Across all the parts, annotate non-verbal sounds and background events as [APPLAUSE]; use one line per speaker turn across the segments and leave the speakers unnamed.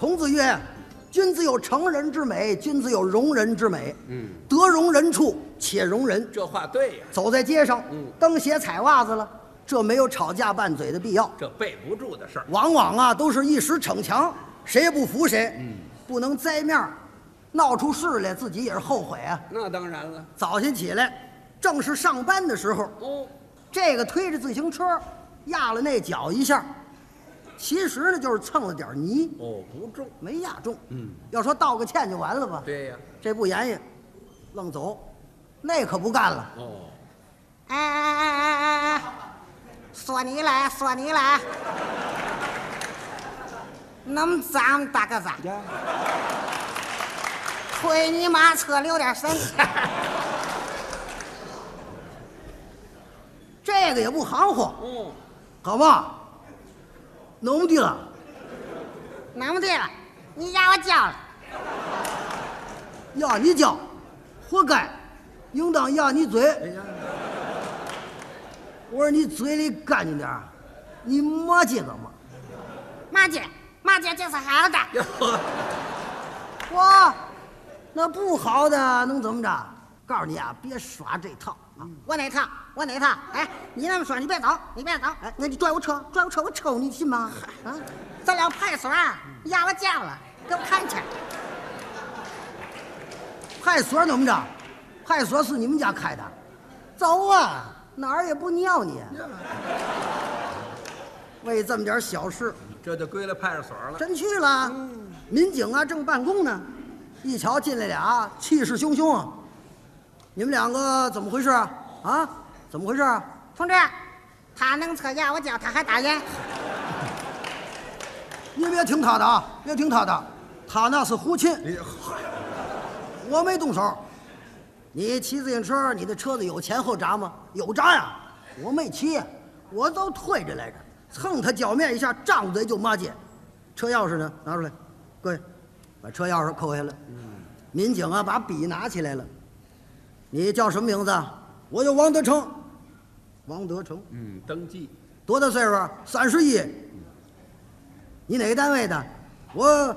孔子曰：“君子有成人之美，君子有容人之美。嗯，得容人处且容人。
这话对呀，
走在街上，
嗯
蹬鞋踩袜子了，这没有吵架拌嘴的必要。
这背不住的事儿。
往往啊，都是一时逞强，谁也不服谁。嗯，不能栽面儿，闹出事来，自己也是后悔啊。
那当然了，
早晨起来，正是上班的时候，
哦，
这个推着自行车，压了那脚一下，其实呢就是蹭了点泥，
哦，不重。
没压中。嗯，要说道个歉就完了吧？
对呀，
这不言语，愣走，那可不干了。
哦，
哎哎哎哎哎哎，索尼来，索尼来，能咱们大个子？推你妈车六点三，
这个也不含糊，
哦，
好吧？能不地了？
那么对了，你压我脚了，
压你脚，活该，应当压你嘴。
哎呀，
我说你嘴里干净点儿，你骂这个嘛？
马姐，马姐这是好的，
哟呵
哇，那不好的能怎么着？告诉你啊，别耍这套啊！
我哪套？我哪套？哎，你那么说，你别走，你别走，
哎，那你拽我车，拽我车，我抽你信吗？
啊，咱俩派出所啊压我脚了，给我看去。
派出所怎么着？派出所是你们家开的，走啊，哪儿也不尿你。为这么点小事，
这就归了派出所了。
真去了。民警啊，正办公呢，一瞧进来俩，气势汹汹啊。你们两个怎么回事啊？啊，怎么回事啊？
同志，他弄车压我脚，他还打人。
你别听他的啊，别听他的，他那是胡琴，
你
我没动手。你骑自行车，你的车子有前后闸吗？有闸呀，我没骑，我都推着来着，蹭他脚面一下，张嘴就骂街。车钥匙呢？拿出来，各位，把车钥匙扣下来。民警啊，把笔拿起来了。你叫什么名字啊？我叫王德成。王德成，
嗯，登记。
多大岁数啊？三十一。你哪个单位的？我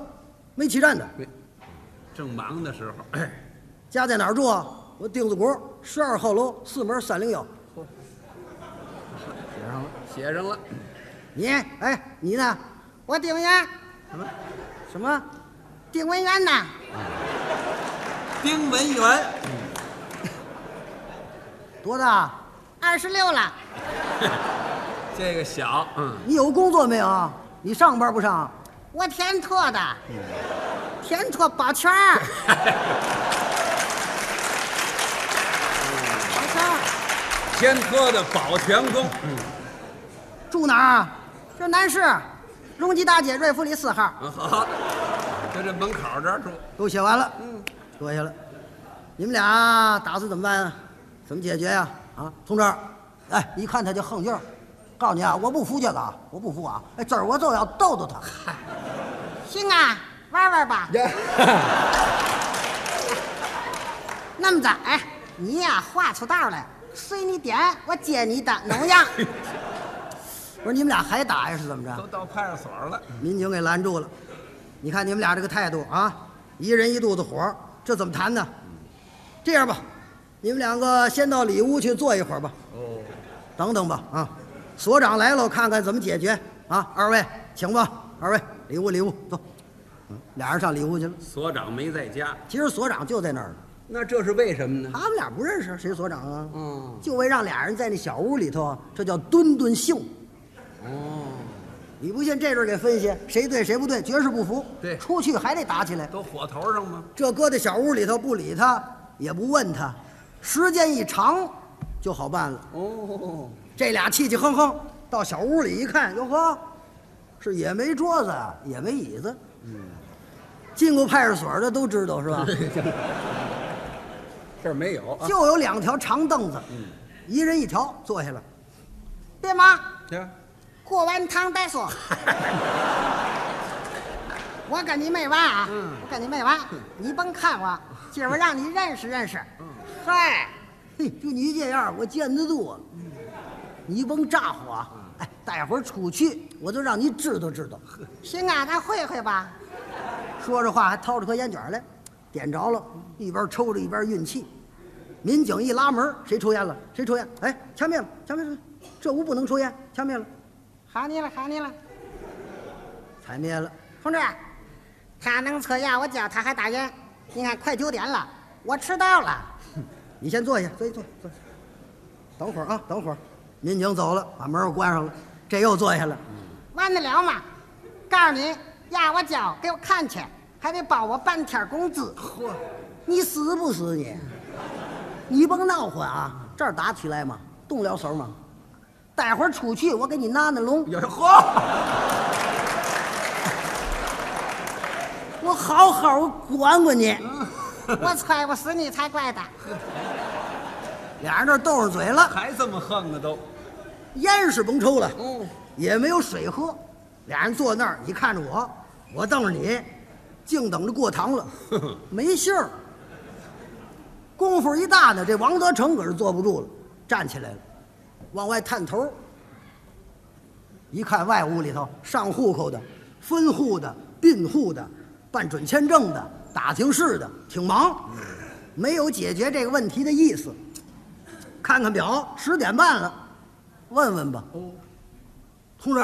煤气站的。
没，正忙的时候， [CLEARS THROAT]
家在哪儿住啊？我丁字国十二号楼四门三零幺。
写上了。
你哎，你呢？
我丁元，
什么？
丁文元呐，
丁文元，
多大？
二十六了，
这个小，嗯，
你有工作没有啊？你上班不上？
我天拓的， [LAUGHS] 天拓宝圈儿。宝圈儿
天科的保全工，
住哪儿啊？这南市，荣基大街瑞福里四号。
嗯，好，就这门口这儿住。
给我写完了。嗯，给我写了。你们俩打算怎么办啊？怎么解决呀、啊？同志，哎，一看他就横劲儿，告诉你啊，我不服这个，啊，我不服啊！哎，今儿我就要逗逗他。
行啊，玩玩吧。那么着，哎，你呀、画出道来，随你点，我接你的，能样？
不是你们俩还打呀？是怎么着？
都到派出所了，
民警给拦住了。你看你们俩这个态度啊，一人一肚子火，这怎么谈呢？这样吧，你们两个先到里屋去坐一会儿吧。
哦，
等等吧啊，所长来了，看看怎么解决啊。二位请吧，二位里屋里屋走。嗯，俩人上里屋去了。
所长没在家，
其实所长就在那儿呢，
那这是为什么呢？
他们俩不认识谁所长啊。
嗯，
就为让俩人在那小屋里头啊，这叫蹲蹲秀。
哦，
你不信，这阵儿给分析谁对谁不对，绝世不服。
对
出去还得打起来。
都火头上吗？
这搁在小屋里头不理他，也不问他，时间一长就好办了。
哦，
这俩气气哼哼到小屋里一看，哟呵，是也没桌子，也没椅子。嗯，进过派出所的都知道是吧？
这儿没有啊。
就有两条长凳子，一人一条，坐下了。
别忙，
行，
过完汤再说。我跟你没完啊！我跟你没完，你甭看我，今儿我让你认识认识。嗨，
嘿，就你这样，我见得多了。你甭咋呼啊！哎，待会儿出去我就让你知道知道。
行啊，咱会会吧。
说着话还掏出颗烟卷来，点着了，一边抽着一边运气。民警一拉门，谁抽烟了？谁抽烟？哎，掐灭了，掐灭了，这屋不能抽烟，掐灭了，
好你了，好你了，
才灭了。
同志，他能测压我脚，他还打烟。你看，快九点了，我迟到了。
你先坐下，坐下，坐下，坐下。等会儿啊，等会儿。民警走了，把门又关上了，这又坐下了。
弯得了吗？告诉你，压我脚给我看去，还得保我半天工资。
嚯，你死不死你？你甭闹混啊！这儿打起来嘛，动了手嘛。待会儿出去，我给你拿那笼，
有呵， [LAUGHS]
我好好管管你。
我踹我死你才怪的。
俩人这儿斗上嘴了，
还这么横呢都。
烟是甭抽了，
哦，
也没有水喝，俩人坐那儿，你看着我，我瞪着你，净等着过堂了，没信儿。功夫一大呢，这王德成可是坐不住了，站起来了，往外探头，一看外屋里头上户口的、分户的、并户的、办准签证的、打听事的，挺忙，没有解决这个问题的意思。看看表，十点半了，问问吧。
哦
同志，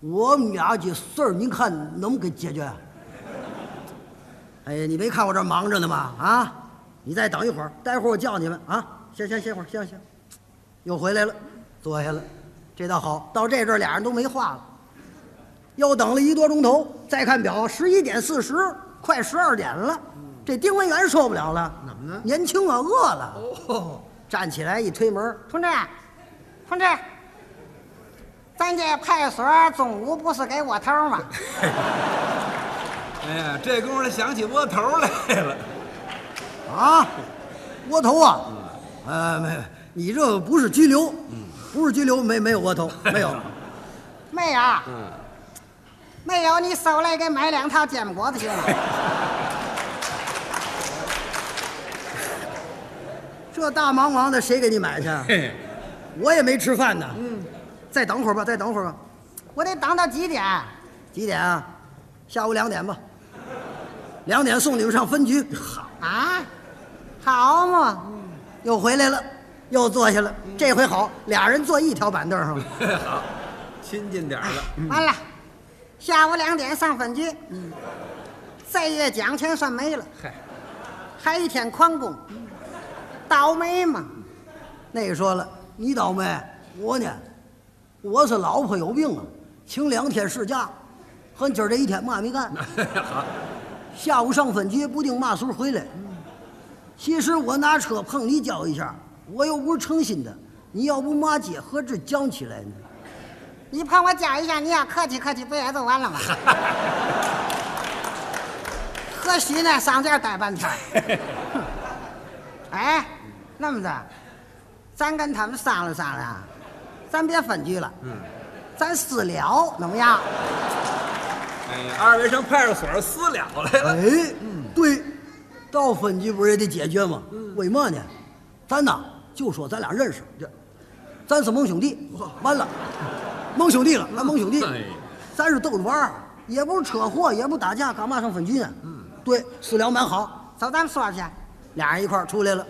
我们俩这事儿，您看能给解
[LAUGHS]
决？啊哎呀，你没看我这儿忙着呢吗？啊，你再等一会儿，待会儿我叫你们啊。先先歇会儿，歇会儿歇会儿。又回来了，坐下了，这倒好，到这阵儿俩人都没话了。又等了一多钟头，再看表，十一点四十，快十二点了。这丁文元受不了了，
嗯怎么呢
年轻啊，饿了，
哦，
站起来一推门，
同志，啊同志，咱这派出所总务不是给我偷吗？
哎呀，这功夫想起窝头来了。
啊，窝头啊，呃，没，你这不是拘留，不是拘留，没没有窝头，没 [LAUGHS] 有，
没有，没有，你手来给买两套煎果子行吗？
这大忙忙的谁给你买去？啊 [LAUGHS]
嘿，
我也没吃饭呢。嗯，再等会儿吧，再等会儿吧，
我得等到几点？
几点啊？下午两点吧，两点送你们上分局。 [LAUGHS] 好，
啊？好嘛，
又回来了，又坐下了。这回好，俩人坐一条板凳 [LAUGHS] 上了。
好，亲近点儿了。
完了，下午两点上分局。这月奖钱算没了，
哎嗨，
还一天旷工，倒霉嘛！
那个说了，你倒霉，我呢，我是老婆有病啊，请两天事假，恨今儿这一天嘛没干。
[LAUGHS] 好，
下午上分局，不定嘛时候回来。其实我拿车碰你脚一下，我又不是诚心的。你要不骂街，何止犟起来呢？
你碰我脚一下，你要客气客气，不也就完了吗？何须呢？上这儿待半天儿？哼哎，那么着，咱跟他们商量商量，咱别分居了，
嗯，
咱私了，怎么样？
哎呀，二位上派出所私了来了。
哎，对，到分局不是也得解决吗？为嘛呢？咱呐就说咱俩认识，咱是盟兄弟。完了，盟兄弟了，咱盟兄弟
哎，
咱是逗着玩儿，也不是车祸，也不打架，干嘛上分局呢？对，私了蛮好。
走，咱们说去。
俩人一块儿出来了。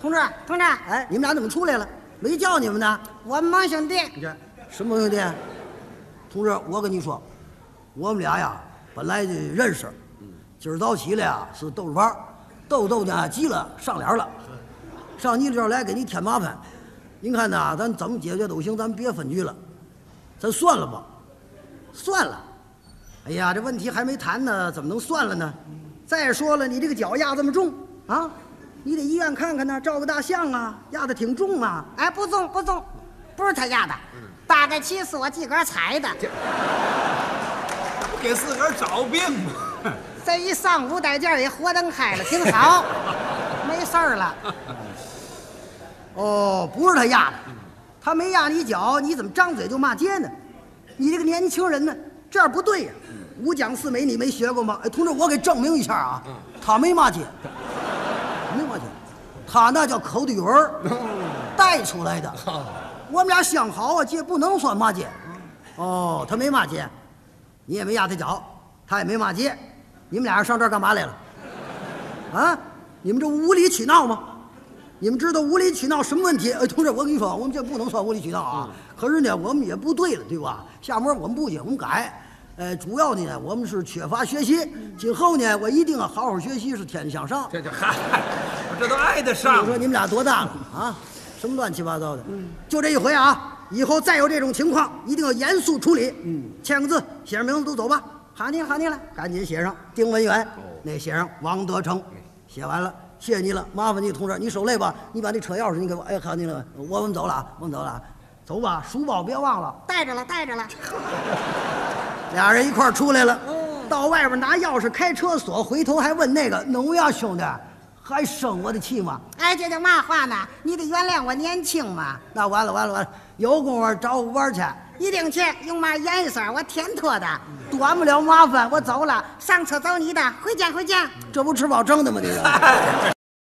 同志，同志，
哎，你们俩怎么出来了？没叫你们呢？
我们盟兄弟，
你这什么兄弟？同志，我跟你说，我们俩呀本来就认识，今儿早起来呀是逗着玩儿，逗逗呢急了上脸了，上你这儿来给你添麻烦。您看呐，咱怎么解决都行，咱别分居了，咱算了吧，算了。哎呀，这问题还没谈呢，怎么能算了呢？再说了，你这个脚压这么重啊，你得医院看看呢，照个大象啊，压的挺重啊。
哎，不中不中，不是他压的，大概七是我自个儿踩的。
不给自个儿找病吗？
这一上午在这儿也活灯开了，挺好，没事儿了。
哦，不是他压的，他没压你脚，你怎么张嘴就骂街呢？你这个年轻人呢，这样不对呀、五讲四美你没学过吗？哎，同志，我给证明一下啊，他没骂街，没骂街，他那叫口的语儿带出来的。我们俩相好啊，这不能算骂街。哦，他没骂街，你也没压他脚，他也没骂街，你们俩人上这儿干嘛来了？啊，你们这无理取闹吗？你们知道无理取闹什么问题？哎，同志，我跟你说，我们这不能算无理取闹啊。可是呢，我们也不对了，对吧？下面我们不仅我们改，呃，主要呢，我们是缺乏学习。今后呢，我一定要好好学习，是天天向上。
这这嗨，我这都挨得
你
上
说你们俩多大了啊？什么乱七八糟的？就这一回啊！以后再有这种情况，一定要严肃处理。嗯，签个字，写上名字都走吧。喊你喊你了，赶紧写上丁文元，那写上王德成，写完了，谢谢你了，麻烦你同志，你手累吧？你把那车钥匙你给我，哎，好你了，我们走了啊，我们走了啊，走吧，书包别忘了。
带着了，带着了。
俩人一块儿出来了，到外边拿钥匙开车锁，回头还问那个农呀兄弟，还生我的气吗？
哎，这叫嘛话呢？你得原谅我年轻嘛，
那完了完了完了，有功夫找我玩去，
一定去。用嘛颜色？我天脱的，
短不了麻烦。我
我走了，上车走你的，回见回见。
这不吃饱撑的吗？这个。